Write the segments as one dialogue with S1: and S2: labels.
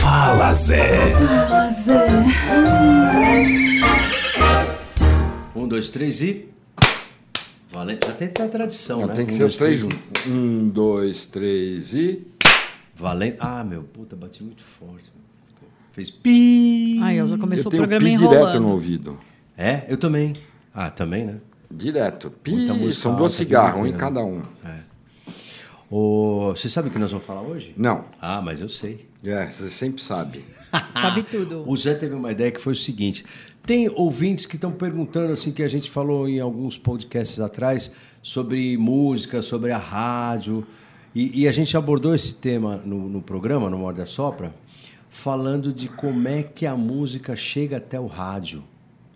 S1: Fala Zé.
S2: Um, dois, três e. Valente. Até tem a tradição, né?
S3: Tem que
S2: Um,
S3: ser
S2: dois,
S3: os três. juntos. Um, dois, três e.
S2: Valente. Ah, meu, puta, bati muito forte. Fez pi.
S4: Aí, ó, já começou
S3: eu
S4: o
S3: tenho
S4: programa
S3: pi
S4: enrolando.
S3: direto no ouvido.
S2: É, eu também. Ah, também, né?
S3: Direto. Pi,
S2: Muita música
S3: são dois
S2: alta, viu,
S3: cigarros, um em
S2: inteira, né?
S3: cada um.
S2: Ô, Você sabe o que nós vamos falar hoje?
S3: Não.
S2: Ah, mas eu sei.
S3: É, você sempre sabe.
S4: Ah. Sabe tudo.
S2: O Zé teve uma ideia que foi o seguinte: tem ouvintes que estão perguntando, assim, que a gente falou em alguns podcasts atrás sobre música, sobre a rádio. E, e a gente abordou esse tema no, no programa, no Morde a Sopra, falando de como é que a música chega até o rádio.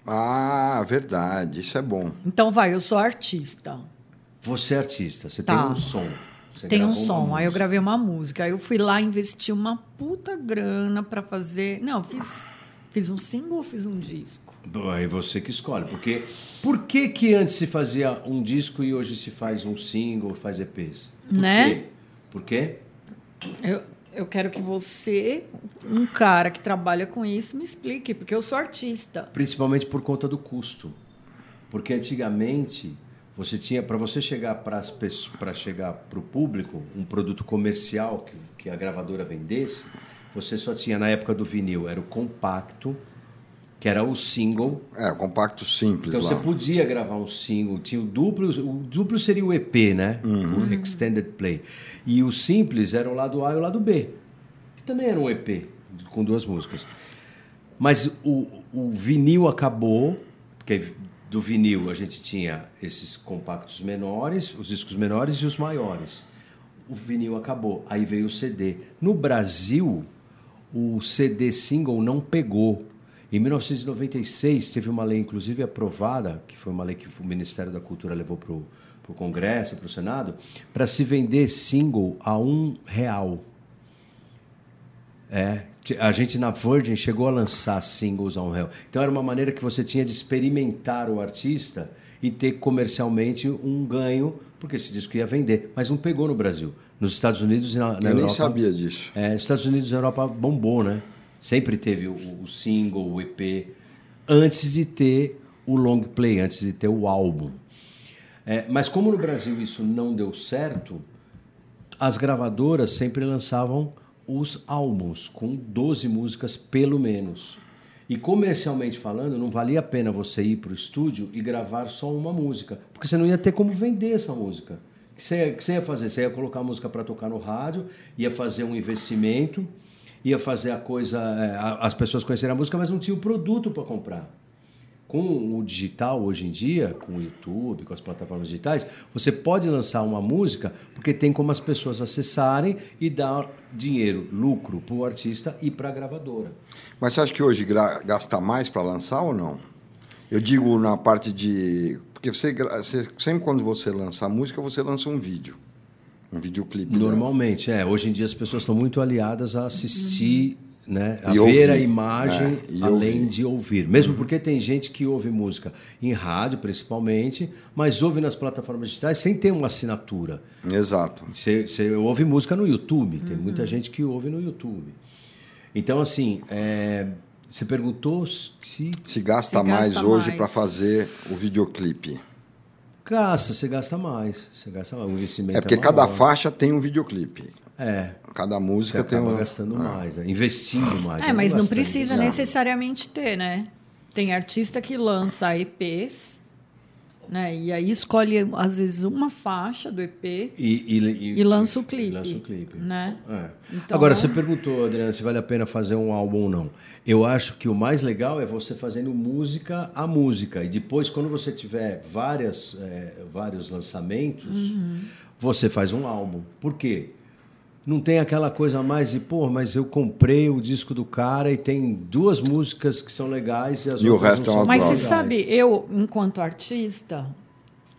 S3: Ah, verdade. Isso é bom.
S4: Então vai, eu sou artista.
S2: Você é artista, você
S4: Tá.
S2: tem um som. Você
S4: Tem um
S2: gravou uma
S4: som. Aí
S2: música.
S4: eu gravei uma música. Aí eu fui lá investir uma puta grana pra fazer. Não, fiz, fiz um single ou fiz um disco?
S2: Bom, Aí você que escolhe, porque por que que antes se fazia um disco e hoje se faz um single, faz EPs? Por
S4: Né?
S2: Quê? Por quê?
S4: Eu, eu quero que você, um cara que trabalha com isso, me explique, porque eu sou artista.
S2: Principalmente por conta do custo. Porque antigamente você tinha para você chegar para as para chegar para o público um produto comercial que, que a gravadora vendesse, você só tinha na época do vinil era o compacto, que era o single
S3: É, compacto simples
S2: Então
S3: lá.
S2: você podia gravar um single, tinha o duplo, o duplo seria o EP, né? O Extended Play. E o simples era o lado A e o lado B, que também era um EP com duas músicas. Mas o, o vinil acabou, porque do vinil a gente tinha esses compactos menores, os discos menores e os maiores. O vinil acabou, aí veio o CD. No Brasil, o CD single não pegou. Em 1996, teve uma lei, inclusive, aprovada, que foi uma lei que o Ministério da Cultura levou para o Congresso, para o Senado, para se vender single a um real. É, ti- a gente na Virgin chegou a lançar singles a um real. Então era uma maneira que você tinha de experimentar o artista e ter comercialmente um ganho, porque esse disco ia vender, mas não pegou no Brasil. Nos Estados Unidos e na, na
S3: Eu nem
S2: Europa.
S3: sabia disso.
S2: É, nos Estados Unidos e na Europa bombou, né? Sempre teve o, o single, o EP, antes de ter o long play, antes de ter o álbum. É, mas como no Brasil isso não deu certo, as gravadoras sempre lançavam os álbuns com 12 músicas pelo menos. E comercialmente falando, não valia a pena você ir para o estúdio e gravar só uma música, porque você não ia ter como vender essa música. O que você, que você ia fazer? Você ia colocar a música para tocar no rádio, ia fazer um investimento, ia fazer a coisa, eh, a- as pessoas conhecerem a música, mas não tinha o produto para comprar. Com o digital hoje em dia, com o YouTube, com as plataformas digitais, você pode lançar uma música porque tem como as pessoas acessarem e dar dinheiro, lucro para o artista e para a gravadora.
S3: Mas você acha que hoje gra- gasta mais para lançar ou não? Eu digo na parte de. Porque você, gra- você- sempre quando você lança música, você lança um vídeo. Um videoclipe. né?
S2: Normalmente, é. Hoje em dia as pessoas estão muito aliadas a assistir, né? A
S3: E
S2: ver
S3: ouvir,
S2: a imagem
S3: né? E
S2: além
S3: ouvir. Uhum.
S2: de ouvir. Mesmo porque tem gente que ouve música em rádio, principalmente, mas ouve nas plataformas digitais sem ter uma assinatura.
S3: Exato.
S2: Você, você ouve música no YouTube,
S4: Uhum.
S2: tem muita gente que ouve no YouTube. Então, assim, é, você perguntou se
S3: Se gasta
S4: Se gasta
S3: mais hoje
S4: mais.
S3: para fazer o videoclipe.
S2: gasta, você gasta mais. Você gasta mais, o investimento
S3: É porque
S2: maior.
S3: cada faixa tem um videoclipe.
S2: É,
S3: Cada
S2: você
S3: música tem
S2: acaba
S3: um.
S2: gastando mais, é, investindo mais. né?
S4: É, mas não
S2: gastando.
S4: precisa necessariamente ter, né? Tem artista que lança EPs, né? E aí escolhe, às vezes, uma faixa do EP
S2: E, e-
S4: e lança o
S2: e
S4: clipe.
S2: lança o clipe.
S4: Né?
S2: É.
S4: Então-
S2: Agora, você perguntou, Adriana, se vale a pena fazer um álbum ou não. Eu acho que o mais legal é você fazendo música a música. E depois, quando você tiver várias, é, vários lançamentos,
S4: Uhum.
S2: você faz um álbum. Por quê? Não tem aquela coisa mais de, pô, mas eu comprei o disco do cara e tem duas músicas que são legais e as
S3: E o
S2: outras
S3: resto
S2: não
S3: é uma
S2: são
S4: Mas
S2: tão
S4: você
S3: droga.
S2: legais.
S4: sabe, eu, enquanto artista,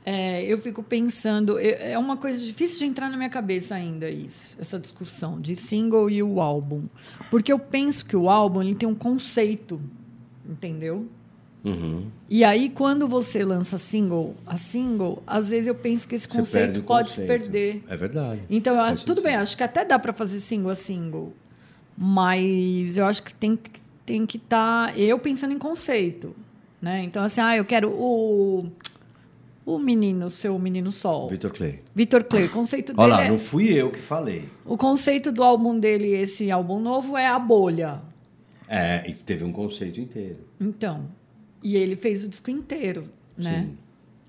S4: é, eu fico pensando. eu- É uma coisa difícil de entrar na minha cabeça ainda, isso, essa discussão de single e o álbum. Porque eu penso que o álbum ele tem um conceito, entendeu?
S2: Uhum.
S4: E aí, quando você lança single a single, às vezes eu penso que esse
S2: Você perde o
S4: conceito pode se
S2: conceito.
S4: perder.
S2: É verdade.
S4: Então, eu
S2: Faz
S4: acho, tudo
S2: sentido.
S4: bem, acho que até dá para fazer single a single. Mas eu acho que tem, que- tem que estar eu pensando em conceito. Né? Então, assim, ah, eu quero o, o menino, seu menino sol.
S2: Vitor Clay.
S4: Vitor Clay, o conceito dele.
S2: Olha lá,
S4: é-
S2: não fui eu que falei.
S4: O conceito do álbum dele, esse álbum novo, é a bolha.
S2: É, e teve um conceito inteiro.
S4: Então. E ele fez o disco inteiro, né?
S2: Sim.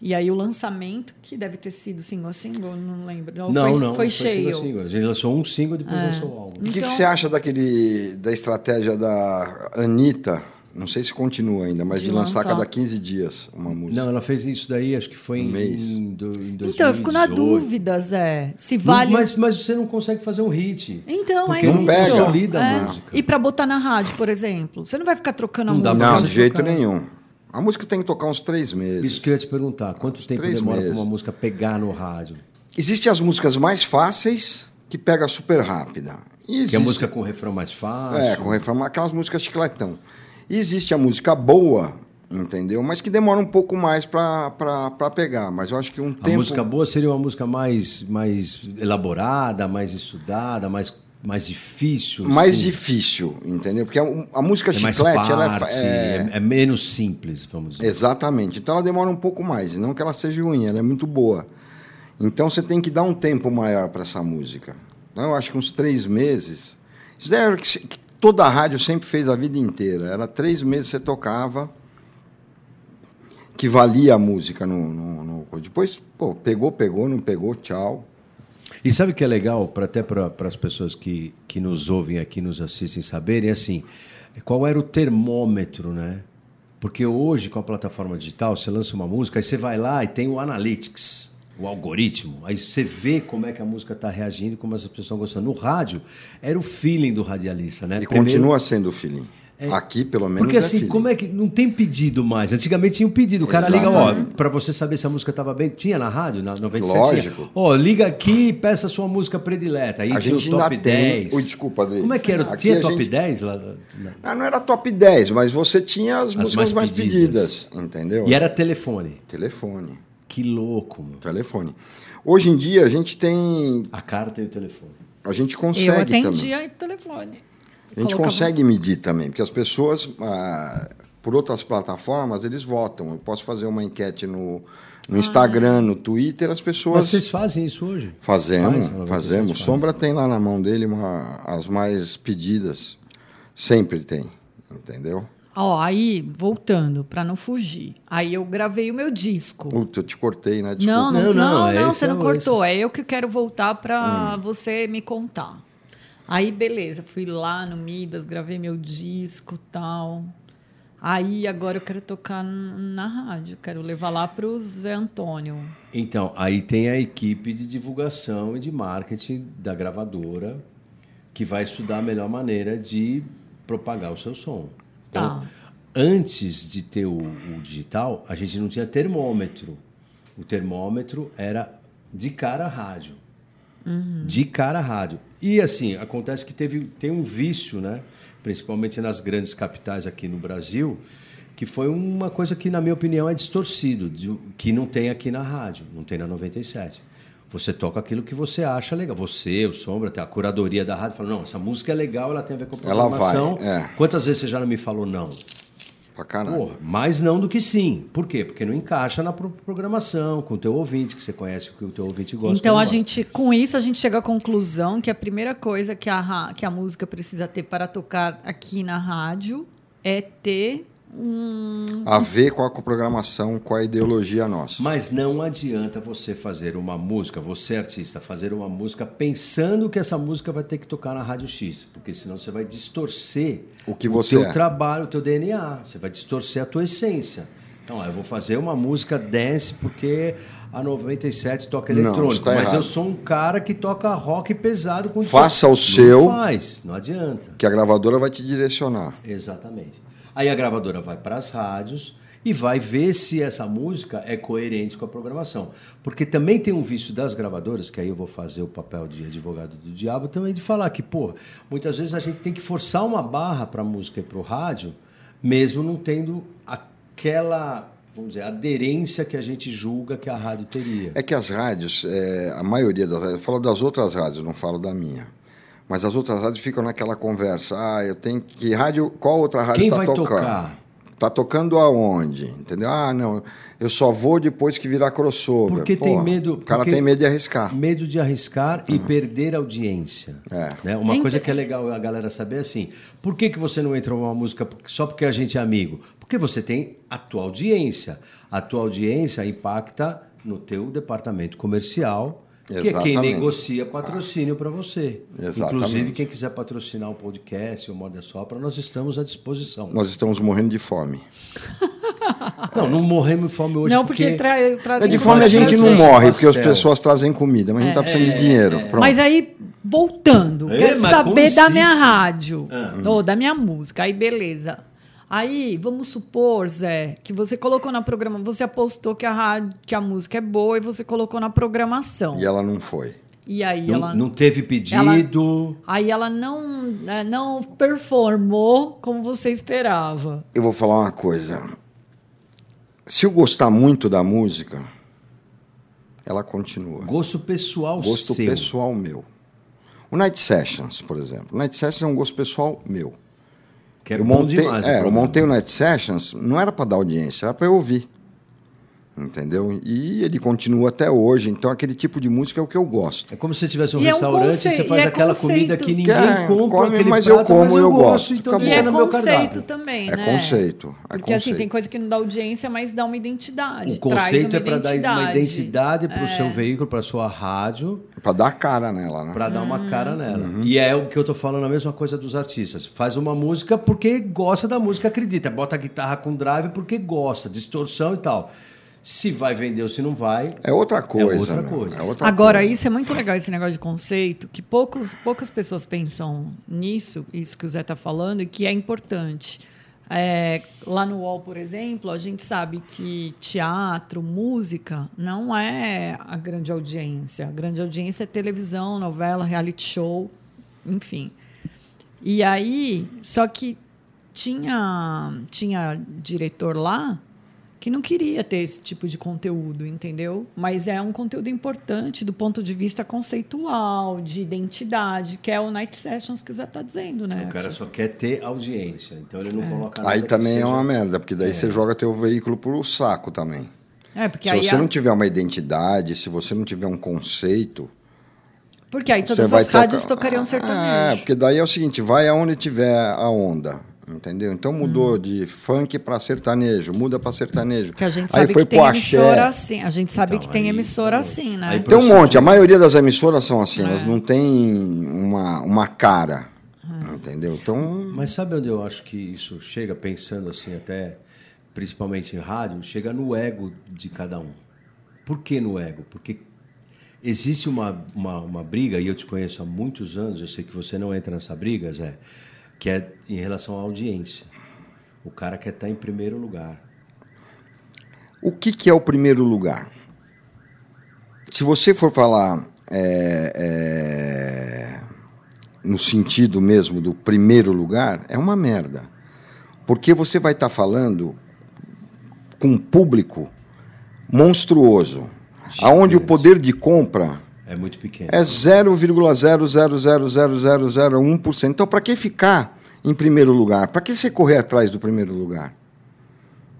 S4: E aí o lançamento, que deve ter sido single a single, não lembro.
S2: não,
S4: foi,
S2: não.
S4: Foi
S2: não
S4: cheio.
S2: single, single. A gente lançou um single, depois lançou o álbum.
S3: E o que, que
S4: Então-
S3: você acha daquele, da estratégia da Anitta? Não sei se continua ainda, mas
S4: De
S3: de, lançar a
S4: lançar.
S3: cada 15 dias uma música.
S2: Não, ela fez isso daí, acho que foi em,
S3: Um mês.
S2: em, do, em 2018.
S4: Então, eu fico na dúvida, Zé. Se vale.
S2: Mas, mas você não consegue fazer um hit.
S4: Então,
S2: Porque
S4: é
S3: não
S4: isso.
S3: pega.
S2: consolida a
S4: É.
S2: música.
S4: E pra botar na rádio, por exemplo. Você não vai ficar trocando a
S2: Não dá
S4: música.
S2: pra
S3: Não,
S2: você
S3: de jeito
S4: trocando.
S3: nenhum. A música tem que tocar uns três meses.
S2: Isso que eu ia te perguntar. Quanto tempo
S3: três
S2: demora
S3: meses.
S2: pra uma música pegar no rádio?
S3: Existem as músicas mais fáceis que pega super rápida. E
S2: Que é
S3: existe-
S2: a música com o refrão mais fácil.
S3: É, com reforma, aquelas músicas chicletão. E existe a música boa, entendeu? Mas que demora um pouco mais pra, pra, pra pegar. Mas eu acho que um
S2: A
S3: tempo.
S2: música boa seria uma música mais, mais elaborada, mais estudada, mais, mais difícil.
S3: mais
S2: assim.
S3: difícil, entendeu? Porque a, a música
S2: É mais
S3: chiclete,
S2: parte,
S3: ela é fa- é,
S2: é- é menos simples, vamos dizer.
S3: Exatamente. Então ela demora um pouco mais. Não que ela seja ruim, ela é muito boa. Então você tem que dar um tempo maior para essa música. Então, eu acho que uns três meses. Isso daí era o que se- que toda a rádio sempre fez a vida inteira. Era três meses você tocava, que valia a música. No, no- no- Depois, pô, pegou, pegou, não pegou, tchau.
S2: E sabe o que é legal, pra, até para as pessoas que, que nos ouvem aqui, nos assistem, saberem, assim, qual era o termômetro, né? Porque hoje, com a plataforma digital, você lança uma música, aí você vai lá e tem o Analytics, o algoritmo. Aí você vê como é que a música está reagindo, como as pessoas estão gostando. No rádio, era o feeling do radialista, né?
S3: E
S2: Primeiro-
S3: continua sendo o feeling. Aqui, pelo menos.
S2: Porque
S3: é
S2: assim,
S3: feeling.
S2: como é que. Não tem pedido mais. Antigamente tinha um pedido. O cara liga,
S3: Exatamente.
S2: ó, pra você saber se a música tava bem. Tinha na rádio, na 97.
S3: Lógico.
S2: tinha. Ó, liga aqui e peça a sua música predileta. Aí
S3: A
S2: tinha
S3: gente
S2: o top
S3: ainda tem-
S2: 10.
S3: Ui, desculpa, Adri.
S2: Como é que era?
S3: Aqui
S2: tinha
S3: a
S2: top
S3: gente-
S2: 10 lá? na- na-
S3: Ah, não era top 10, mas você tinha as, músicas
S2: mais
S3: mais,
S2: pedidas.
S3: pedidas. entendeu?
S2: E era telefone.
S3: Telefone.
S2: Que louco, mano.
S3: Telefone. Hoje em dia a gente tem.
S2: A carta e o telefone.
S3: A gente
S4: Eu
S3: consegue também.
S4: atendi aí o telefone.
S3: A gente
S4: Colocava-
S3: consegue medir também, porque as pessoas, ah, por outras plataformas, eles votam. Eu posso fazer uma enquete no, no
S4: Ah.
S3: Instagram, no Twitter,
S2: Mas
S3: as pessoas.
S2: vocês fazem isso hoje?
S3: Fazemos,
S2: Faz, ela vai
S3: fazemos.
S2: ter satisfação.
S3: Sombra tem lá na mão dele uma- as mais pedidas. Sempre tem, entendeu?
S4: Ó, aí, voltando, pra não fugir. Aí eu gravei o meu disco.
S3: Puta, eu te cortei, né? Desculpa.
S4: Não,
S2: Não,
S4: não, não,
S2: não, é
S4: não,
S2: esse
S4: você
S2: é
S4: não
S2: o-
S4: cortou. É eu que quero voltar pra
S3: Hum.
S4: você me contar. Aí, beleza, fui lá no Midas, gravei meu disco tal. Aí, agora eu quero tocar n- na rádio, quero levar lá pro Zé Antônio.
S2: Então, aí tem a equipe de divulgação e de marketing da gravadora que vai estudar a melhor maneira de propagar o seu som. Então,
S4: Tá.
S2: antes de ter o, o digital, a gente não tinha termômetro. O termômetro era de cara a rádio. De cara a rádio. E assim, acontece que teve, tem um vício, né? Principalmente nas grandes capitais aqui no Brasil, que foi uma coisa que, na minha opinião, é distorcido, de- um, que não tem aqui na rádio, não tem na 97. Você toca aquilo que você acha legal. Você, o Sombra, até a curadoria da rádio fala, não, essa música é legal, ela tem a ver com a
S3: Ela
S2: programação.
S3: vai, é.
S2: Quantas vezes você já não me falou não?
S3: Pra caralho.
S2: Porra, mais não do que sim. Por quê? Porque não encaixa na pro- programação, com o teu ouvinte, que você conhece o que o teu ouvinte gosta. que
S4: então,
S2: não
S4: a
S2: gosta.
S4: gente, com isso, a gente chega à conclusão que a primeira coisa que a, ra- que a música precisa ter para tocar aqui na rádio é ter um.
S3: a ver com a programação, com a ideologia nossa.
S2: Mas não adianta você fazer uma música, você é artista, fazer uma música pensando que essa música vai ter que tocar na Rádio X, porque senão você vai distorcer
S3: O que você
S2: teu
S3: é.
S2: trabalho, o teu DNA, você vai distorcer a tua essência. Então, ah, eu vou fazer uma música dance porque a 97 toca
S3: Não,
S2: eletrônico,
S3: está
S2: mas
S3: errado.
S2: eu sou um cara que toca rock pesado com
S3: Faça o
S2: não
S3: seu.
S2: faz, não adianta.
S3: Que a gravadora vai te direcionar.
S2: Exatamente. Aí a gravadora vai para as rádios e vai ver se essa música é coerente com a programação. Porque também tem um vício das gravadoras, que aí eu vou fazer o papel de advogado do diabo, também de falar que, pô, muitas vezes a gente tem que forçar uma barra para a música e para o rádio, mesmo não tendo aquela, vamos dizer, aderência que a gente julga que a rádio teria.
S3: É que as rádios, é, a maioria das rádios, eu falo das outras rádios, não falo da minha. Mas as outras rádios ficam naquela conversa. Ah, eu tenho que. Rádio. Qual outra rádio
S2: Quem
S3: está
S2: vai
S3: tocando?
S2: tocar?
S3: Tá tocando aonde? Entendeu? Ah, não. Eu só vou depois que virar crossover.
S2: Porque
S3: Pô,
S2: tem medo-
S3: O cara
S2: porque-
S3: tem medo de arriscar.
S2: Medo de arriscar e perder audiência.
S3: Ah. Hum. É.
S2: Né? Uma
S4: Ent-
S2: coisa que é legal a galera saber é assim: por que, que você não entra numa música por- só porque a gente é amigo? Porque você tem a tua audiência. A tua audiência impacta no teu departamento comercial, que é quem
S3: Exatamente. Ah.
S2: negocia patrocínio para você.
S3: Exatamente.
S2: Inclusive, quem quiser patrocinar o podcast, o Moda Sopra, nós estamos à disposição.
S3: Nós estamos morrendo de fome.
S2: Não, não morremos de fome hoje.
S4: não, porque, tra traz. um
S3: É de
S2: Mas
S3: fome a
S2: nós
S3: gente não
S2: temos
S3: morre, porque as
S2: pastel.
S3: pessoas trazem comida, mas a gente está precisando de dinheiro. Pronto.
S4: Mas aí, voltando,
S2: É,
S4: quero
S2: mas
S4: saber
S2: como
S4: da
S2: insiste?
S4: minha rádio, Hum.
S2: Ah.
S4: ou da minha música, aí beleza. Aí, vamos supor, Zé, que você colocou na programação, você apostou que a, rádio, que a música é boa e você colocou na programação.
S3: E ela não foi.
S4: E aí
S2: Não,
S4: né? ela
S2: não teve pedido.
S4: Aí ela não, eh, não performou como você esperava.
S3: Eu vou falar uma coisa. Se eu gostar muito da música, ela continua.
S2: Gosto pessoal
S3: Gosto
S2: seu.
S3: pessoal meu. O Night Sessions, por exemplo. O Night Sessions é um gosto pessoal meu.
S2: Que é
S3: eu
S2: bom
S3: montei,
S2: demais. o
S3: é, eu
S2: programa.
S3: montei o Night Sessions, não era para dar audiência, era para eu ouvir. Entendeu? E ele continua até hoje, então aquele tipo de música é o que eu gosto.
S2: É como se você tivesse um
S4: E é um
S2: restaurante e você
S4: conceito,
S2: faz
S4: e é
S2: aquela
S4: conceito.
S2: comida que ninguém
S3: Que é,
S2: compra,
S3: come,
S2: aquele
S3: mas eu
S2: prato,
S3: como,
S2: mas eu,
S3: eu
S2: gosto,
S3: gosto.
S2: então
S3: Acabou.
S4: E
S2: deixa
S4: é
S2: no meu
S4: conceito
S2: cardápio.
S4: também,
S3: É
S4: né?
S3: conceito. É
S4: Porque assim,
S3: conceito.
S4: tem coisa que não dá audiência, mas dá uma identidade.
S2: O conceito é
S4: traz uma
S2: para dar uma identidade para o
S4: É.
S2: seu veículo, para sua rádio,
S3: Pra dar cara nela, né?
S2: para dar uma
S4: Uhum.
S2: cara nela.
S3: Uhum.
S2: E é o que eu tô falando, a mesma coisa dos artistas. Faz uma música porque gosta da música, acredita. Bota a guitarra com drive porque gosta, distorção e tal. Se vai vender ou se não vai,
S3: É outra coisa.
S2: outra
S3: né?
S2: coisa.
S3: É outra
S4: Agora,
S3: coisa.
S4: isso é muito legal, esse negócio de conceito, que poucos, poucas pessoas pensam nisso, isso que o Zé está falando, e que é importante. É, lá no UOL, por exemplo, a gente sabe que teatro, música, não é a grande audiência. A grande audiência é televisão, novela, reality show, enfim. E aí, só que tinha, tinha diretor lá que não queria ter esse tipo de conteúdo, entendeu? Mas é um conteúdo importante do ponto de vista conceitual, de identidade, que é o Night Sessions que o Zé está dizendo, né?
S2: o cara só quer ter audiência. Então ele não coloca nada
S3: Aí
S2: que
S3: também
S2: seja-
S3: é uma merda, porque daí você joga teu veículo pro saco também.
S4: É, porque
S3: se
S4: aí,
S3: você
S4: a-
S3: não tiver uma identidade, se você não tiver um conceito,
S4: porque aí
S3: você
S4: todas
S3: vai
S4: as rádios
S3: tocar-
S4: tocariam
S3: É,
S4: sertanejo.
S3: porque daí é o seguinte, vai aonde tiver a onda, entendeu? Então mudou de funk pra sertanejo, muda pra sertanejo.
S4: Hum. Que a gente
S3: aí
S4: sabe
S3: foi
S4: que tem
S3: pro axé.
S4: emissora assim. A gente sabe
S2: Então,
S4: que tem
S2: aí-
S4: emissora assim, né?
S2: aí
S3: Tem um monte, a maioria das emissoras são
S4: É.
S3: assim, elas não têm uma, uma cara,
S4: Ah.
S3: entendeu? Então,
S2: Mas sabe onde eu acho que isso chega, pensando assim, até principalmente em rádio, chega no ego de cada um. Por que no ego? Porque existe uma, uma, uma briga, e eu te conheço há muitos anos, eu sei que você não entra nessa briga, Zé, que é em relação à audiência. O cara quer estar em primeiro lugar.
S3: o que, que é o primeiro lugar? Se você for falar é, é, no sentido mesmo do primeiro lugar, é uma merda. Porque você vai estar falando com um público monstruoso, aonde o poder de compra
S2: É muito pequeno.
S3: é 0,0000001%. Então, para que ficar em primeiro lugar? Para que você correr atrás do primeiro lugar?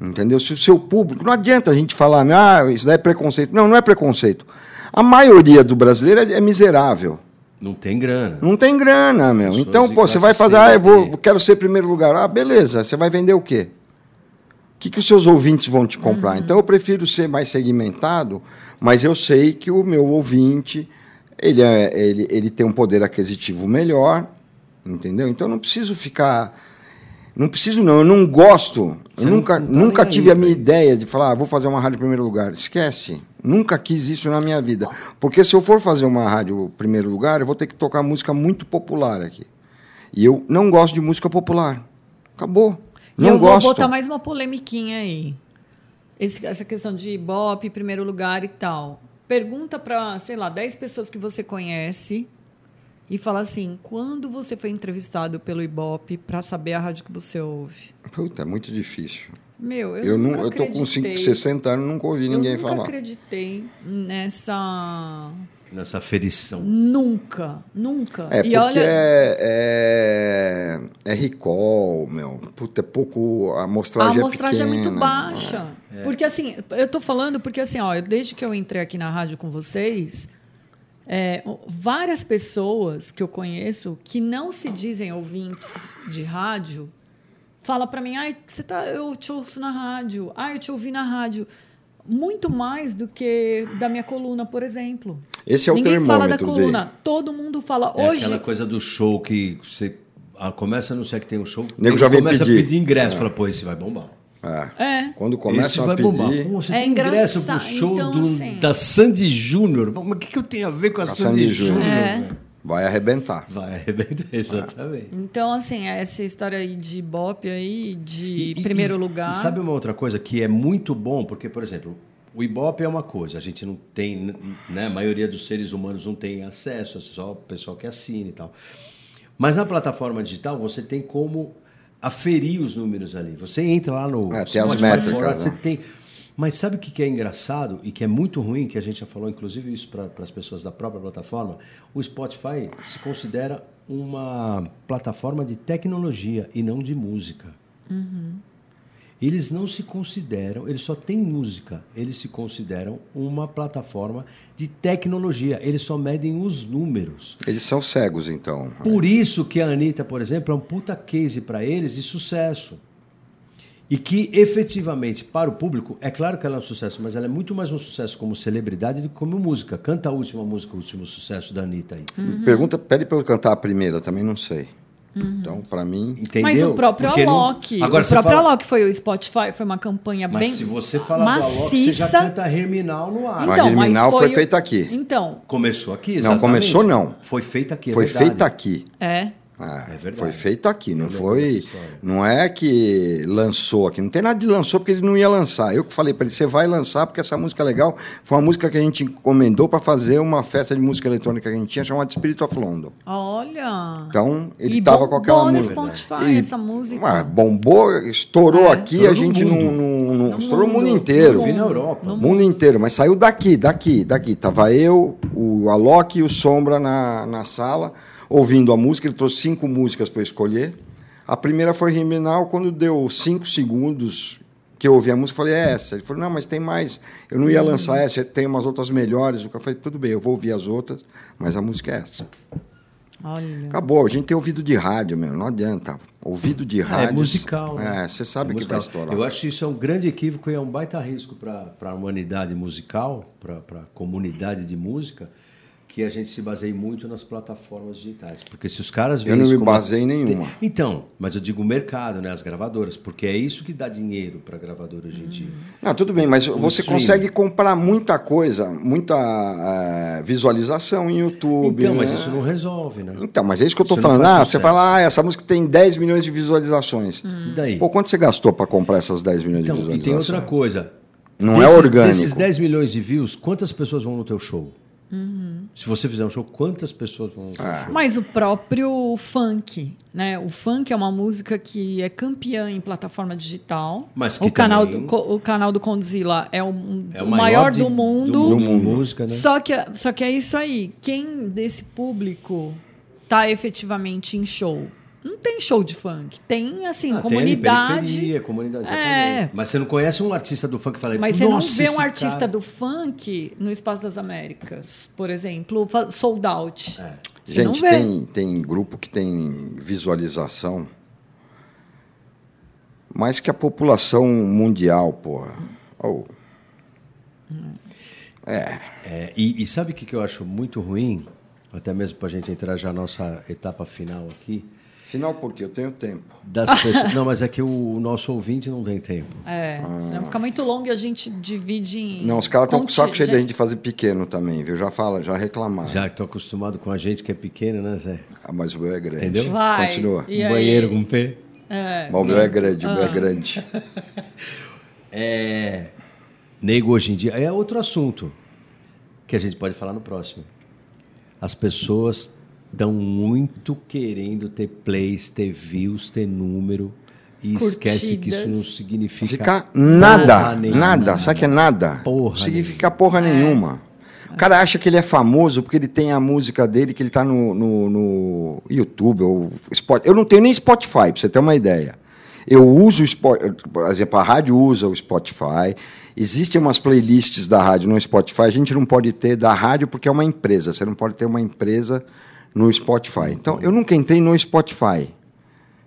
S3: Entendeu? Se o seu público. Não adianta a gente falar, ah, isso daí é preconceito. Não, não é preconceito. A maioria do brasileiro é é miserável.
S2: Não tem grana.
S3: Não tem grana, meu.
S2: Pessoas
S3: então,
S2: de
S3: pô, você
S2: classe
S3: vai fazer,
S2: C,
S3: ah, eu vou,
S2: D.
S3: quero ser primeiro lugar. Ah, beleza, você vai vender o quê? O que, que os seus ouvintes vão te comprar?
S2: Uhum.
S3: Então, eu prefiro ser mais segmentado, mas eu sei que o meu ouvinte, ele, é- ele, ele tem um poder aquisitivo melhor, entendeu? Então, eu não preciso ficar... Não preciso, não. Eu não gosto. Eu
S2: Você não-
S3: nunca
S2: não tá
S3: nunca
S2: nem
S3: tive
S2: aí,
S3: a minha
S2: né?
S3: ideia de falar, ah, vou fazer uma rádio em primeiro lugar. Esquece. Nunca quis isso na minha vida. Porque se eu for fazer uma rádio em primeiro lugar, eu vou ter que tocar música muito popular aqui. E eu não gosto de música popular. Acabou.
S4: E
S3: Não
S4: eu
S3: gosto.
S4: vou botar mais uma polemiquinha aí. Esse- essa questão de Ibope, primeiro lugar e tal. Pergunta para, sei lá, 10 pessoas que você conhece e fala assim: quando você foi entrevistado pelo Ibope para saber a rádio que você ouve?
S3: Puta, é muito difícil.
S4: Meu, eu,
S3: Eu, não,
S4: nunca
S3: eu tô com um
S4: acreditei.
S3: cinco- 60 anos, nunca ouvi ninguém
S4: eu nunca
S3: falar.
S4: acreditei nessa
S2: nessa ferição.
S4: Nunca, nunca.
S3: É,
S4: e
S3: porque
S4: olha,
S3: é, é, é recall, meu. Puta, é pouco. A
S4: a
S3: amostragem,
S4: amostragem é,
S3: pequena.
S4: muito baixa.
S2: é.
S4: Porque assim, eu tô falando porque assim, ó, eu- desde que eu entrei aqui na rádio com vocês, é, o- várias pessoas que eu conheço que não se dizem ouvintes de rádio fala para mim, ai, você tá, eu te ouço na rádio, ai, eu te ouvi na rádio. Muito mais do que da minha coluna, por exemplo.
S3: Esse é o
S4: Ninguém fala da
S3: termômetro
S4: coluna. Todo mundo fala.
S2: É
S4: hoje
S2: aquela coisa do show que você ah, começa a anunciar que tem um show,
S3: nego
S2: ele
S3: já vem
S2: começa a
S3: pedir.
S2: pedir ingresso. Fala, pô, esse vai bombar.
S3: É.
S4: É.
S3: Quando
S2: esse
S3: começam
S2: vai
S3: a
S2: bombar.
S3: pedir.
S2: Pô, você
S4: É
S2: tem ingresso pro
S4: engraçado,
S2: show
S4: então,
S2: do-
S4: assim.
S2: da Sandy Júnior. Mas o que, que eu tenho a ver com a,
S3: Com a
S2: Sandy,
S3: Sandy Júnior.
S2: Júnior?
S4: É.
S2: velho?
S3: né? Vai arrebentar.
S2: Vai arrebentar, exatamente.
S4: Então, assim, essa história aí de Ibope aí, de
S2: E- e-
S4: primeiro
S2: e-
S4: lugar.
S2: E sabe uma outra coisa que é muito bom? Porque, por exemplo, o Ibope é uma coisa, a gente não tem, né? A maioria dos seres humanos não tem acesso, é só o pessoal que assina e tal. Mas na plataforma digital você tem como aferir os números ali. Você entra lá no.
S3: É, tem as
S2: Spotify,
S3: métricas,
S2: fora,
S3: né?
S2: Você tem. Mas sabe o que que é engraçado e que é muito ruim, que a gente já falou, inclusive, isso para as pessoas da própria plataforma? O Spotify se considera uma plataforma de tecnologia e não de música. Eles não se consideram, eles só têm música, eles se consideram uma plataforma de tecnologia, eles só medem os números.
S3: Eles são cegos, então.
S2: Por isso que a Anitta, por exemplo, é um puta case para eles de sucesso. E que efetivamente, para o público, é claro que ela é um sucesso, mas ela é muito mais um sucesso como celebridade do que como música. Canta a última música, o último sucesso da Anitta aí.
S4: Uhum.
S3: Pergunta, pede pra eu cantar a primeira, também não sei. Então, pra mim.
S2: Entendeu?
S4: Mas o próprio
S2: Porque não-
S4: Alok.
S2: Agora
S4: o
S2: você
S4: próprio
S2: fala-
S4: Alok foi o Spotify, foi uma campanha
S2: Mas
S4: bem.
S2: se você falar do Alok, você já
S4: maciça. Então,
S2: canta Herminal no ar.
S3: Mas Germinal foi
S4: o-
S3: feita aqui.
S4: Então,
S2: Começou aqui,
S3: Então- Não,
S2: exatamente.
S3: começou não.
S2: Foi feita aqui, é
S3: Foi
S2: verdade.
S3: feita aqui.
S4: é.
S3: Ah,
S2: É verdade.
S3: Foi feita aqui, não
S2: Eu lembro
S3: foi.
S2: dessa história.
S3: Não é que lançou aqui. Não tem nada de lançou porque ele não ia lançar. Eu que falei pra ele, você vai lançar porque essa música é legal. Foi uma música que a gente encomendou pra fazer uma festa de música eletrônica que a gente tinha chamada Spirit of London.
S4: Olha.
S3: Então, ele
S4: E
S3: estava
S4: bombou
S3: com aquela
S4: no
S3: música.
S4: Spotify essa música. É.
S3: Ah, bombou, estourou aqui,
S2: Estourou
S3: a gente
S2: no
S3: não.
S2: mundo.
S3: não- não-
S4: No
S3: estourou o mundo
S4: mundo.
S3: inteiro.
S2: Eu vi na
S4: No
S2: Europa.
S3: O mundo inteiro, mas saiu daqui, daqui, daqui. Tava eu, o Alok e o Sombra na, na sala, ouvindo a música. Ele trouxe cinco músicas para escolher. A primeira foi Riminal, quando deu cinco segundos que eu ouvi a música, eu falei, é essa. Ele falou, não, mas tem mais. Eu
S4: Hum.
S3: não ia lançar essa, tem umas outras melhores. Eu falei, tudo bem, eu vou ouvir as outras, mas a música é essa.
S4: Olha.
S3: Acabou, a gente tem ouvido de rádio, meu, não adianta. Ouvido de rádio.
S2: É musical. né?
S3: É, você sabe
S2: É
S3: que vai
S2: musical.
S3: estourar.
S2: Eu acho que isso é um grande equívoco e é um baita risco para a humanidade musical, para a comunidade de música, que a gente se baseie muito nas plataformas digitais. Porque se os caras veem
S3: Eu não
S2: isso
S3: me
S2: como-
S3: basei em nenhuma.
S2: Então, mas eu digo o mercado, né? as gravadoras, porque é isso que dá dinheiro para a gravadora hoje em dia.
S3: Não, tudo bem, mas você
S2: streaming.
S3: consegue comprar muita coisa, muita eh, visualização em YouTube.
S2: Então, mas
S3: né?
S2: isso não resolve, né?
S3: Então, mas é isso que eu estou
S2: isso não
S3: falando.
S2: faz
S3: Ah, você
S2: sucesso.
S3: fala, ah, essa música tem 10 milhões de visualizações.
S2: E daí?
S3: Pô, quanto você gastou para comprar essas 10 milhões Um de
S2: Então, e tem
S3: visualizações?
S2: outra coisa.
S3: Não é orgânico.
S2: Desses 10 milhões de views, quantas pessoas vão no teu show? Se você fizer um show, quantas pessoas vão no
S3: Ah,
S2: teu show?
S4: Mas o próprio funk, né? O funk é uma música que é campeã em plataforma digital.
S2: Mas que
S4: o canal
S2: também-
S4: do co- o canal do Condzilla é, um,
S2: É
S4: o maior,
S2: de-
S4: do mundo.
S2: Do mundo. Música, né?
S4: Só que, só que é isso aí. Quem desse público tá efetivamente em show? Não tem show de funk. Tem, assim,
S2: Ah, tem ali
S4: comunidade.
S2: periferia, comunidade.
S4: É.
S2: exatamente. Mas você não conhece um artista do funk que fala
S4: mas você não
S2: "Nossa,
S4: vê um
S2: esse
S4: artista
S2: cara".
S4: do funk no Espaço das Américas, por exemplo, fa- sold out.
S2: É.
S4: Você não
S3: Gente,
S4: vê.
S3: tem, tem grupo que tem visualização, mais que a população mundial, porra. Oh,
S2: É, e, e sabe o que que eu acho muito ruim? Até mesmo para a gente entrar já na nossa etapa final aqui.
S3: Afinal, por quê? Eu tenho tempo.
S2: Das pessoas... não, mas é que o nosso ouvinte não tem tempo.
S4: É, senão fica muito longo e a gente divide em.
S3: Não, os caras estão com o
S4: conti-
S3: saco cheio da
S4: gente-
S3: gente fazer pequeno também, viu? Já fala, já reclamaram.
S2: Já estou acostumado com a gente que é pequena, né, Zé?
S3: Ah, mas o meu é grande.
S2: Entendeu?
S4: Vai.
S3: Continua.
S4: E
S2: um
S4: aí?
S2: banheiro com P.
S4: É.
S3: Mas o meu é grande, o meu é grande.
S2: É. Nego hoje em dia é outro assunto que a gente pode falar no próximo. As pessoas estão muito querendo ter plays, ter views, ter número e esquece que isso não
S4: Curtidas.
S2: significa
S3: Ficar nada,
S2: porra nenhuma.
S3: nada, sabe que é nada?
S2: Porra
S3: Significa porra nenhuma. O cara acha que ele é famoso porque ele tem a música dele que ele está no, no, no YouTube ou Spotify. Eu não tenho nem Spotify, para você ter uma ideia. Eu uso o Spotify, por exemplo, a rádio usa o Spotify. Existem umas playlists da rádio no Spotify. A gente não pode ter da rádio porque é uma empresa. Você não pode ter uma empresa no Spotify. Então, eu nunca entrei no Spotify.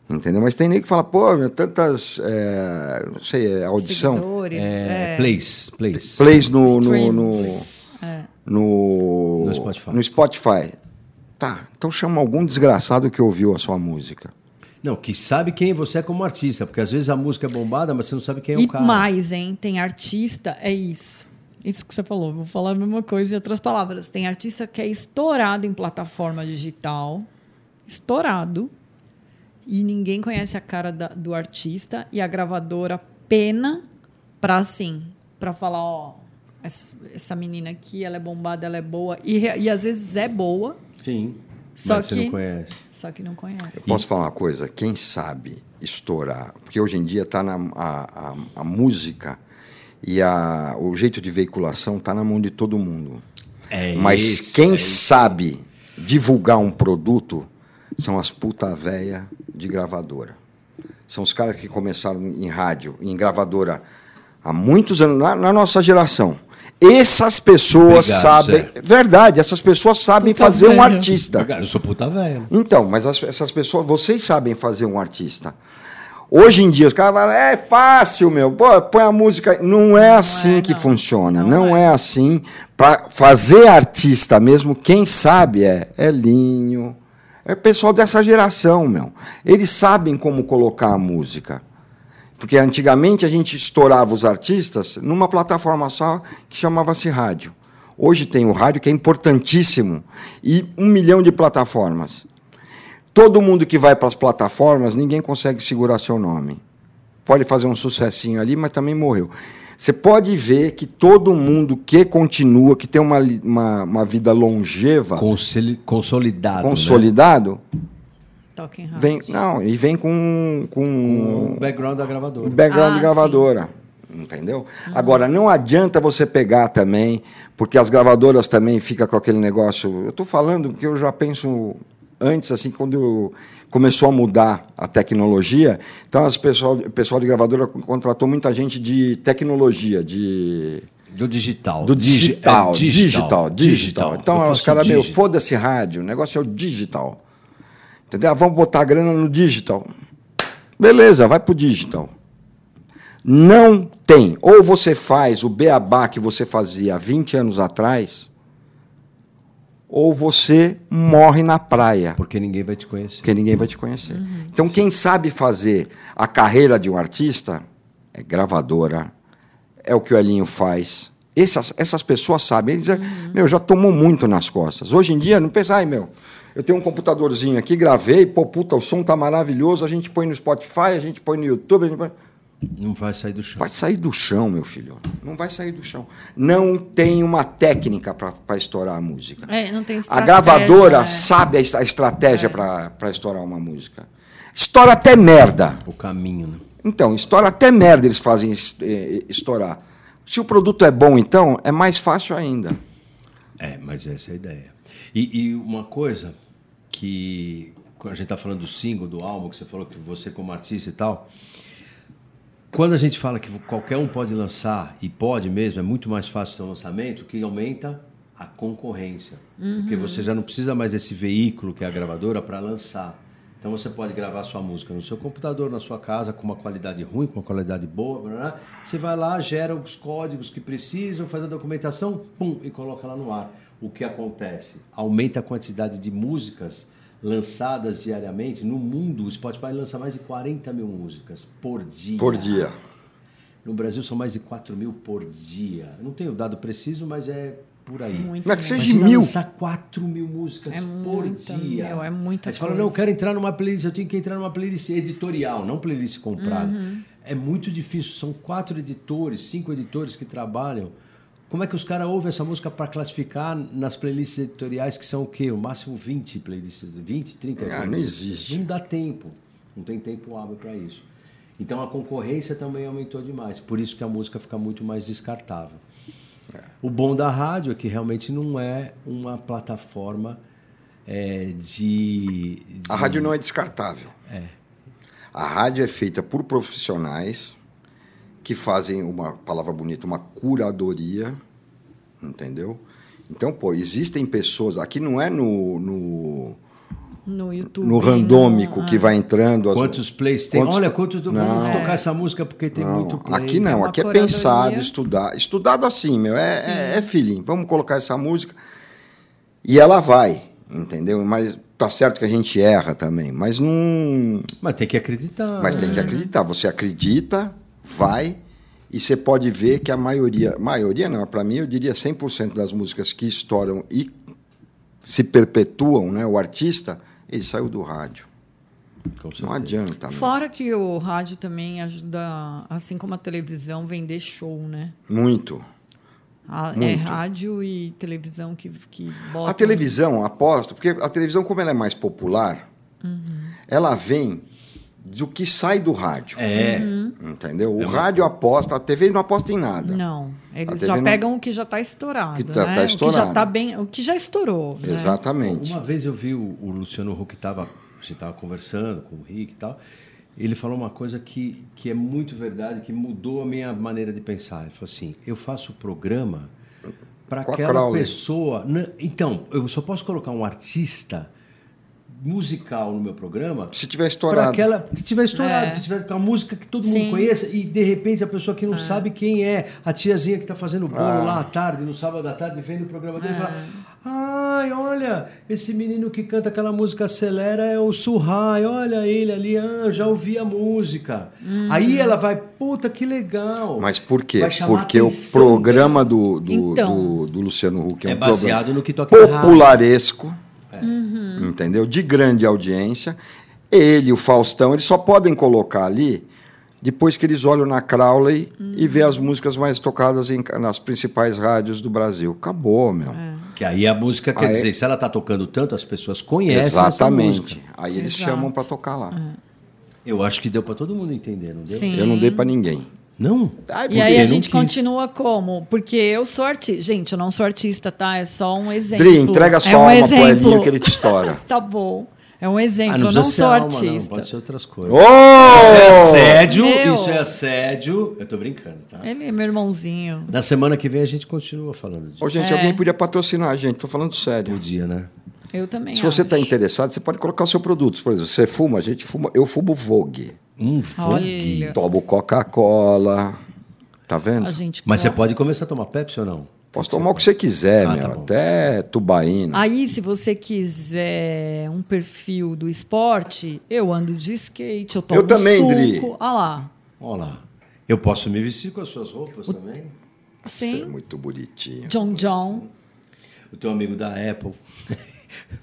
S3: Entendeu? Mas tem nem que fala, pô, meu, tantas. é, não sei, é audição.
S4: Seguidores,
S2: É,
S4: é.
S2: plays, plays.
S3: Plays no. no, no
S4: streams. É.
S3: no,
S2: No Spotify.
S3: no Spotify. Tá, então chama algum desgraçado que ouviu a sua música.
S2: Não, que sabe quem você é como artista, porque às vezes a música é bombada, mas você não sabe quem é o
S4: E
S2: cara.
S4: mais, hein? Tem artista, é isso. Isso que você falou, vou falar a mesma coisa em outras palavras. Tem artista que é estourado em plataforma digital, estourado, e ninguém conhece a cara da- do artista, e a gravadora pena pra assim, pra falar, ó, essa, essa menina aqui, ela é bombada, ela é boa, e, re- e às vezes é boa,
S2: Sim.
S4: Só
S2: mas você
S4: que-
S2: não conhece.
S4: só que não
S3: Eu
S4: conhece.
S3: posso falar uma coisa? Quem sabe estourar? Porque hoje em dia tá na, a, a, a música e a, o jeito de veiculação tá na mão de todo mundo.
S2: É
S3: Mas
S2: isso,
S3: quem
S2: é isso.
S3: sabe divulgar um produto são as puta véia de gravadora. São os caras que começaram em rádio, em gravadora há muitos anos, na, na nossa geração. Essas pessoas
S2: Obrigado,
S3: sabem.
S2: Zé.
S3: Verdade, essas pessoas sabem
S4: Puta
S3: fazer um
S4: véia.
S3: artista.
S2: Cara, eu sou puta velha.
S3: Então, mas as- essas pessoas, vocês sabem fazer um artista. Hoje em dia, os caras falam, é fácil, meu, pô, põe a música. Não é assim
S4: é,
S3: que
S4: não.
S3: funciona. Não,
S4: Não
S3: é. assim. Para fazer artista mesmo, quem sabe é Elinho, é pessoal dessa geração, meu. Eles sabem como colocar a música. Porque antigamente a gente estourava os artistas numa plataforma só que chamava-se rádio. Hoje tem o rádio, que é importantíssimo, e um milhão de plataformas. Todo mundo que vai para as plataformas, ninguém consegue segurar seu nome. Pode fazer um sucessinho ali, mas também morreu. Você pode ver que todo mundo que continua, que tem uma, li- uma, uma vida longeva,
S2: Consoli- Consolidado. né?
S3: consolidado,
S4: Toca em rádio.
S3: vem, não, e vem com,
S2: Né?
S3: com
S2: O background da gravadora.
S3: o background
S4: Ah,
S3: de gravadora. Entendeu? Agora, não adianta você pegar também, porque as gravadoras também ficam com aquele negócio. Eu estou falando porque eu já penso antes, assim, quando eu- começou a mudar a tecnologia. Então, as pessoal, o pessoal de gravadora contratou muita gente de tecnologia, de.
S2: Do digital.
S3: Do
S2: Digi-
S3: digital,
S2: é
S3: digital, digital,
S2: Eu
S3: Então, os
S2: faço
S3: caras, meu,
S2: digital.
S3: foda-se rádio, o negócio é o digital. Entendeu? Ah, Vamos botar a grana no digital. Beleza, vai pro digital. Não tem. Ou você faz o beabá que você fazia 20 anos atrás, ou você morre na praia
S2: Porque ninguém vai te conhecer.
S3: porque ninguém vai te conhecer. Então, quem sabe fazer a carreira de um artista é gravadora, é o que o Elinho faz. Essas, essas pessoas sabem, eles, já- meu, já tomou muito nas costas. Hoje em dia, não pensa, ai, meu, eu tenho um computadorzinho aqui, gravei, pô, puta, o som tá maravilhoso, a gente põe no Spotify, a gente põe no YouTube, a gente põe...
S2: Não vai sair do chão.
S3: Vai sair do chão, meu filho. Não vai sair do chão. Não tem uma técnica para estourar a música.
S4: É, não tem
S3: A
S4: estratégia,
S3: gravadora
S4: né?
S3: sabe a, est- a
S2: É.
S3: estratégia pra para estourar uma música. Estoura até merda.
S2: O caminho, né?
S3: Então, estoura até merda eles fazem es- eh, estourar. Se o produto é bom, então, é mais fácil ainda.
S2: É, mas essa é a ideia. E, e uma coisa que quando a gente está falando do single, do álbum, que você falou que você como artista e tal, quando a gente fala que qualquer um pode lançar e pode mesmo, é muito mais fácil ter um lançamento, que aumenta a concorrência, porque você já não precisa mais desse veículo que é a gravadora para lançar. Então você pode gravar sua música no seu computador, na sua casa, com uma qualidade ruim, com uma qualidade boa. blá, blá, blá. Você vai lá, gera os códigos que precisam, faz a documentação, pum, e coloca lá no ar. O que acontece? Aumenta a quantidade de músicas lançadas diariamente. No mundo, o Spotify lança mais de 40 mil músicas por dia.
S3: Por dia.
S2: No Brasil são mais de 4 mil por dia. Eu Não tenho o dado preciso, mas é por aí.
S4: Muito
S3: Não é que
S4: mesmo.
S3: seja
S2: Imagina
S3: mil.
S2: lançar 4 mil músicas
S4: É
S2: por
S4: muita,
S2: dia.
S4: meu, é muita
S2: Aí você fala,
S4: coisa.
S2: não, eu quero entrar numa playlist, eu tenho que entrar numa playlist editorial, não playlist comprada.
S4: Uhum.
S2: É muito difícil, são quatro editores, cinco editores que trabalham. Como é que os caras ouvem essa música para classificar nas playlists editoriais, que são o quê? O máximo 20 playlists, 20, 30?
S3: Ah, não
S2: playlists.
S3: existe.
S2: Não dá tempo, não tem tempo hábil para isso. Então a concorrência também aumentou demais, por isso que a música fica muito mais descartável. O bom da rádio é que realmente não é uma plataforma é, de, de-
S3: A rádio não é descartável.
S2: É.
S3: A rádio é feita por profissionais que fazem uma palavra bonita, uma curadoria, entendeu? Então, pô, existem pessoas. Aqui não é no, no,
S4: No Ah. YouTube.
S3: no randômico
S4: não.
S3: que vai entrando. as-
S2: Quantos plays tem?
S3: Quantos-
S2: Olha, quantos.
S3: Não.
S2: Vamos tocar essa música porque tem
S3: Não,
S2: muito play.
S3: Aqui não,
S4: Uma
S3: aqui é
S4: curadoria.
S3: pensado, estudar. Estudado assim, meu, é, é, é feeling. Vamos colocar essa música. E ela vai, entendeu? Mas tá certo que a gente erra também, mas não.
S2: Mas tem que acreditar.
S3: Mas tem que acreditar. Você acredita, vai, e você pode ver que a maioria, maioria não, para mim eu diria 100% das músicas que estouram e se perpetuam, né, o artista, ele saiu do rádio.
S2: Com
S3: Não
S2: certeza.
S3: adianta. meu.
S4: Fora que o rádio também ajuda, assim como a televisão, vender show, né?
S3: Muito.
S4: A- é
S3: Muito.
S4: rádio e televisão que, que botam.
S3: A televisão, aposta, porque a televisão, como ela é mais popular, ela vem do que sai do rádio.
S2: É.
S3: Entendeu? O rádio aposta, a TV não aposta em nada.
S4: Não,
S3: A
S4: eles
S3: TV
S4: já
S3: não-
S4: pegam o que já está estourado,
S3: Que tá-
S4: né?
S3: tá
S4: O que já
S3: estourado.
S4: tá bem, o que já estourou, né?
S3: Exatamente.
S2: Uma vez eu vi o, o Luciano Huck estava, você estava conversando com o Rick e tal. Ele falou uma coisa que, que é muito verdade, que mudou a minha maneira de pensar. Ele falou assim: eu faço programa para
S3: Com a
S2: aquela
S3: Crowley.
S2: pessoa. Não, então, eu só posso colocar um artista musical no meu programa
S3: Se tiver
S2: para
S3: estourado.
S2: aquela que tiver estourado,
S4: É.
S2: que tiver com a música que todo
S4: Sim.
S2: mundo conheça e de repente a pessoa que não sabe quem é, a tiazinha que está fazendo bolo
S3: Ah.
S2: lá à tarde, no sábado à tarde, vendo o programa
S4: É.
S2: dele e fala: "Ai, olha, esse menino que canta aquela música acelera é o Surrai, olha ele ali, ah, já ouvi a música".
S4: Uhum.
S2: Aí ela vai: "Puta, que legal".
S3: Mas por quê?
S2: Vai chamar
S3: Porque o
S2: atenção
S3: programa do, do,
S4: Então.
S3: do, do Luciano Huck é,
S2: É
S3: um
S2: baseado
S3: programa
S2: no que toca É. na rádio.
S3: popularesco,
S4: Uhum.
S3: entendeu? De grande audiência. Ele, o Faustão, eles só podem colocar ali depois que eles olham na Crowley
S4: Uhum.
S3: e vê as músicas mais tocadas em ca- nas principais rádios do Brasil. Acabou, meu.
S4: É.
S2: Que aí a música quer
S3: Aí-
S2: dizer, se ela tá tocando tanto, as pessoas conhecem essa música.
S3: Exatamente. Aí eles
S4: Exato.
S3: chamam para tocar lá.
S2: Eu acho que deu para todo mundo entender, não deu?
S4: Sim.
S3: Eu não dei para ninguém.
S2: Não?
S3: Ah,
S4: E aí
S2: Porque
S4: a
S2: não
S4: gente
S2: quis.
S4: continua como? Porque eu sou artista. Gente, eu não sou artista, tá? É só um exemplo.
S3: Dri, entrega só
S4: é um
S3: uma
S4: exemplo.
S3: poelinha que ele te estoura.
S4: Tá bom. É um exemplo,
S2: Ah,
S4: eu
S2: precisa
S4: não
S2: ser
S4: sou
S2: alma,
S4: artista.
S2: Não, pode ser outras coisas.
S3: Oh!
S2: Isso é assédio,
S4: Meu.
S2: isso é assédio. Eu tô brincando, tá?
S4: Ele é meu irmãozinho.
S2: Na semana que vem a gente continua falando disso.
S3: Ô, gente,
S4: É.
S3: alguém podia patrocinar a gente, tô falando sério.
S2: Podia, né?
S4: Eu também.
S3: Se você tá
S4: acho.
S3: está interessado, você pode colocar o seu produto. Por exemplo, você fuma, a gente fuma. Eu fumo Vogue.
S2: Um fogue.
S4: Olha,
S3: Tomo Coca-Cola. Tá vendo?
S4: a gente.
S2: Mas você
S4: coloca-
S2: pode começar a tomar Pepsi ou não?
S3: Posso tomar o que você quiser,
S2: Ah,
S3: meu.
S2: tá bom.
S3: Até tubaína.
S4: Aí, se você quiser um perfil do esporte, eu ando de skate, eu tomo
S3: Eu também,
S4: suco.
S3: Dri.
S4: Ah lá.
S2: Olha lá. Eu posso me vestir com as suas roupas também?
S3: Você é
S4: Sim.
S3: muito bonitinho.
S4: John John.
S2: O teu amigo da Apple.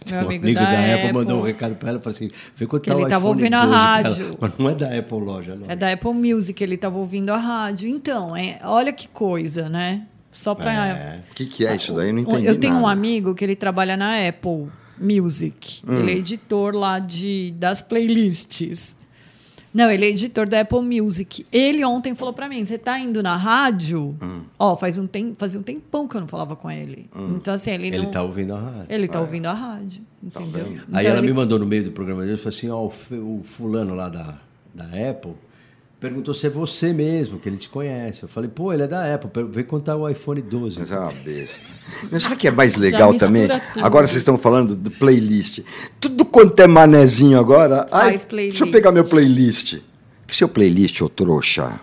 S2: Teu
S4: Meu amigo da Apple.
S2: mandou um recado pra ela e falou assim: vê quanto
S4: Que
S2: tá
S4: ele
S2: o
S4: tava
S2: iPhone
S4: ouvindo a
S2: 12 pra
S4: rádio.
S2: ela. Mas não é da Apple loja, não.
S4: É da Apple Music, ele estava ouvindo a rádio. Então, é, olha que coisa, né? Só para
S2: É.
S3: O que, que é isso daí? Eu não entendi.
S4: Ah, Eu tenho um
S3: nada.
S4: amigo que ele trabalha na Apple Music.
S3: Hum.
S4: Ele é editor lá de, das playlists. Não, ele é editor da Apple Music. Ele ontem falou pra mim: você tá indo na rádio?
S3: Hum.
S4: Ó, faz um tem, fazia um tempão que eu não falava com ele. Então, assim, ele,
S2: Ele
S4: não.
S2: tá ouvindo a rádio.
S4: Ele
S3: É.
S4: tá ouvindo a rádio,
S3: Tá
S4: entendeu?
S2: Aí
S4: Então
S2: ela
S4: ele-
S2: me mandou no meio do programa dele, falou assim, ó, o fe- o fulano lá da, da Apple perguntou se é você mesmo, que ele te conhece. Eu falei, pô, ele é da Apple, per- vem contar o iPhone 12.
S3: Mas é uma besta. Mas sabe o que é mais legal
S4: mistura
S3: também?
S4: tudo. né?
S3: Agora vocês estão falando do playlist. Tudo quanto é manezinho agora. Ai,
S4: Faz playlist.
S3: Deixa eu pegar meu playlist. Que seu playlist, ô trouxa?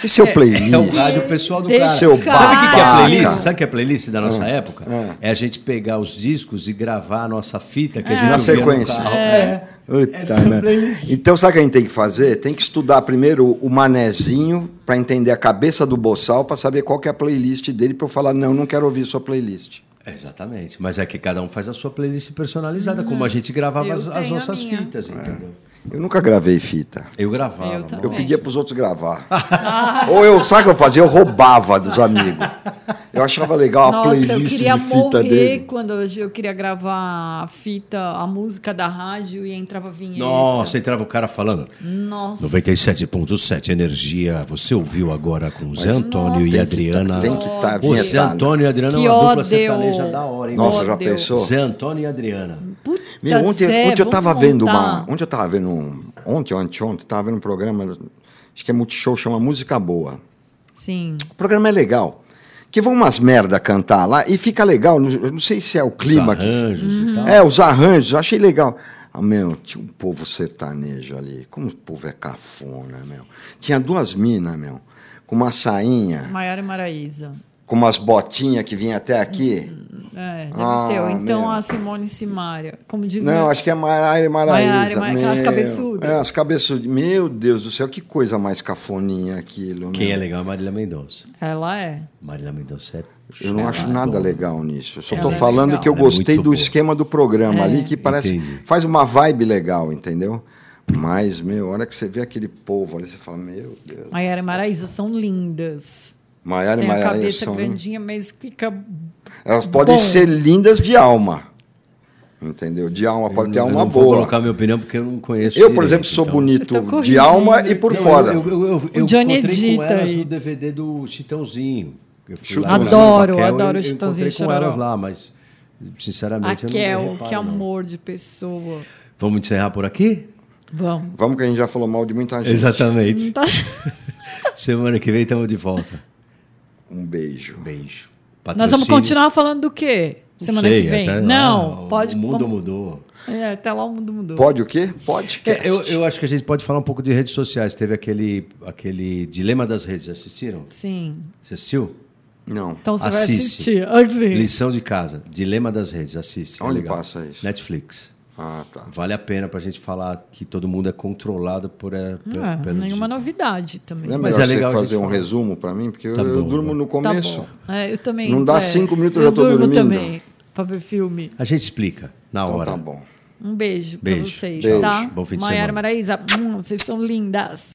S3: Que seu playlist?
S2: É o rádio pessoal do
S4: Deixa
S2: cara.
S3: Seu
S2: Sabe o que que é a
S3: babaca.
S2: playlist? Sabe o que é a playlist da
S3: Ah,
S2: nossa época? É. a gente pegar os discos e gravar a nossa fita
S4: Ah.
S2: que a gente
S3: Na
S2: ouvia no
S3: sequência.
S2: carro. É.
S3: Puta,
S2: Essa é a
S3: né?
S2: playlist.
S3: Então, sabe o que a gente tem que fazer? Tem que estudar primeiro o manezinho para entender a cabeça do boçal, para saber qual que é a playlist dele, para eu falar, não, não quero ouvir sua playlist.
S2: Exatamente. Mas é que cada um faz a sua playlist personalizada, como a gente gravava
S4: Uhum. Eu
S2: as, as
S4: tenho a
S2: nossas
S4: minha.
S2: fitas,
S3: É.
S2: entendeu?
S3: Eu nunca gravei fita.
S2: Eu gravava.
S4: Eu
S2: mano.
S3: Eu
S4: também.
S3: pedia para os outros gravar. Ou eu, sabe o que eu fazia? Eu roubava dos amigos. Eu achava legal a
S4: Nossa, eu
S3: playlist
S4: queria
S3: de fita
S4: morrer
S3: dele.
S4: quando eu, eu queria gravar a fita, a música da rádio e entrava a vinheta.
S2: Nossa, entrava o cara falando.
S4: Nossa.
S2: 97.7 Energia, você ouviu agora com Zé Antônio
S4: nossa,
S2: e Adriana.
S3: Tem que tá estar
S2: O Zé
S3: vinhetado.
S2: Antônio e Adriana
S4: Que
S2: é uma
S4: ódio.
S2: dupla sertaneja da hora, hein?
S3: Nossa,
S2: mano?
S3: já
S4: Deus.
S3: pensou?
S2: Zé Antônio e Adriana.
S4: Puta,
S3: Meu, ontem,
S4: Zé,
S3: ontem eu
S4: vamos
S3: tava vendo
S4: montar.
S3: uma. Ontem eu tava vendo um. Ontem, ontem, ontem, tava vendo um programa, acho que é Multishow, chama Música Boa.
S4: Sim.
S3: O programa é legal. Que vão umas merda cantar lá e fica legal. não- Eu não sei se é o
S2: Os
S3: clima. que-
S2: arranjos
S4: Uhum.
S2: e tal.
S3: É, os arranjos, eu achei legal. Ah, meu, tinha um povo sertanejo ali. Como o povo é cafona, meu. Tinha duas minas, meu, com uma sainha,
S4: Maiara e Maraísa.
S3: com umas botinhas que vinha até aqui.
S4: É, deve
S3: Ah,
S4: ser. Ou Então
S3: meu.
S4: a Simone Simária. Como diz
S3: Não,
S4: meu-
S3: acho que é Maraíra e
S4: Maiara e
S3: Maraísa.
S4: Mara- aquelas
S3: meu.
S4: cabeçudas.
S3: É, as cabeçudas. Meu Deus do céu, que coisa mais cafoninha aquilo.
S2: Quem
S3: meu.
S2: é legal é Marília Mendonça.
S4: Ela é.
S2: Marília Mendonça é.
S3: Eu não acho nada
S2: boa.
S3: legal nisso. Eu só
S4: Ela
S3: estou
S4: é
S3: falando
S4: legal.
S3: que eu
S2: Ela é
S3: gostei
S2: muito
S3: do
S2: boa.
S3: esquema do programa ali, que parece.
S2: Entendi.
S3: Faz uma vibe legal, entendeu? Mas, meu, a hora que você vê aquele povo ali, você fala, meu Deus.
S4: Maiara e Maraísa são lindas.
S3: Maiara e
S4: Tem a
S3: Maiara
S4: cabeça
S3: são. né?
S4: grandinha, mas fica.
S3: Elas podem
S4: Bom.
S3: ser lindas de alma. Entendeu? De alma, pode ter
S2: Eu
S3: alma
S2: não vou
S3: boa.
S2: colocar minha opinião porque eu não conheço.
S3: Eu, por
S2: direito,
S3: exemplo, sou
S2: então.
S3: bonito
S4: Eu tô
S3: de
S4: corrigindo.
S3: alma e por
S2: Não,
S3: fora.
S2: Eu, eu, eu, eu
S4: O Johnny
S2: encontrei com
S4: edita
S2: elas
S4: aí.
S2: no DVD do Chitãozinho. Eu fui lá
S3: Chitãozinho.
S2: no
S4: Adoro,
S2: Raquel,
S4: adoro
S2: eu,
S4: o Chitãozinho
S2: Eu encontrei com
S4: Chororó.
S2: elas lá, mas sinceramente eu não
S4: Raquel,
S2: reparo,
S4: que é um
S2: não.
S4: amor de pessoa.
S2: Vamos encerrar por aqui?
S4: Vamos.
S3: Vamos que a gente já falou mal de muita gente.
S2: Exatamente.
S4: Tá.
S2: Semana que vem estamos de volta.
S3: Um beijo.
S2: Beijo.
S4: Nós vamos
S2: Patrocínio.
S4: continuar falando do quê?
S2: Não
S4: Semana
S2: sei,
S4: que vem?
S2: até lá,
S4: Não,
S2: o
S4: pode.
S2: O mundo
S4: vamos-
S2: mudou.
S4: É, até lá o mundo mudou.
S3: Pode o quê? Pode.
S2: É, eu, eu acho que a gente pode falar um pouco de redes sociais. Teve aquele, aquele dilema das redes. Assistiram?
S4: Sim.
S2: Você assistiu?
S3: Não.
S4: Então você vai
S2: Assiste.
S4: assistir. Assim.
S2: Lição de casa. Dilema das redes. Assiste.
S3: Onde
S2: é legal.
S3: passa isso?
S2: Netflix.
S3: Ah, tá.
S2: Vale a pena pra gente falar que todo mundo é controlado por. É, pe-
S4: Não é,
S2: pelo
S4: nenhuma
S2: digital.
S4: novidade também.
S3: Não é
S2: Mas
S3: melhor
S2: é legal a
S3: você
S2: gente
S3: fazer um
S2: falar.
S3: resumo pra mim? Porque eu-
S2: Tá
S3: eu,
S2: bom,
S3: durmo
S2: vai.
S3: no
S4: Tá
S3: começo.
S4: bom. É, eu também.
S3: Não dá
S4: é,
S3: cinco minutos, eu
S4: eu
S3: já tô
S4: durmo
S3: dormindo.
S4: também pra ver filme.
S2: A gente explica na
S3: Então
S2: hora.
S3: tá bom.
S4: Um beijo,
S2: Beijo.
S4: pra vocês,
S3: Beijo.
S4: tá?
S2: Bom fim de
S4: Maiara
S2: semana.
S4: Maraísa, hum, vocês são lindas.